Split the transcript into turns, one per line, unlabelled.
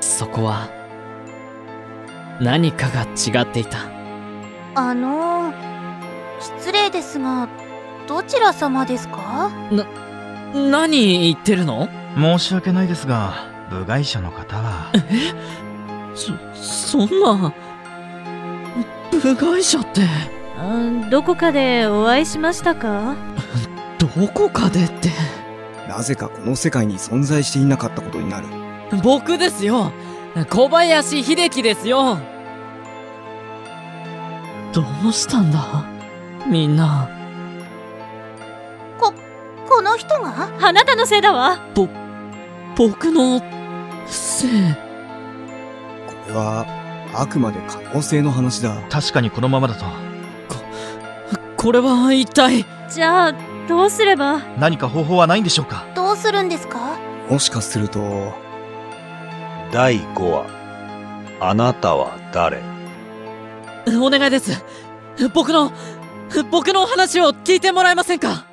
そこは何かが違っていた
あの失礼ですがどちら様ですか
何言ってるの
申し訳ないですが部外者の方は
そそんな部外者って
あどこかでお会いしましたか
どこかでって
なぜかこの世界に存在していなかったことになる。
僕ですよ小林秀樹ですよどうしたんだみんな
ここの人が
あなたのせいだわ
僕のせい
これは、あくまで可能性の話だ。
確かにこのままだと
これは一体
じゃあどうすれば
何か方法はないんでしょうか
どうするんですか
もしかすると、
第5話あなたは誰
お願いです僕の僕の話を聞いてもらえませんか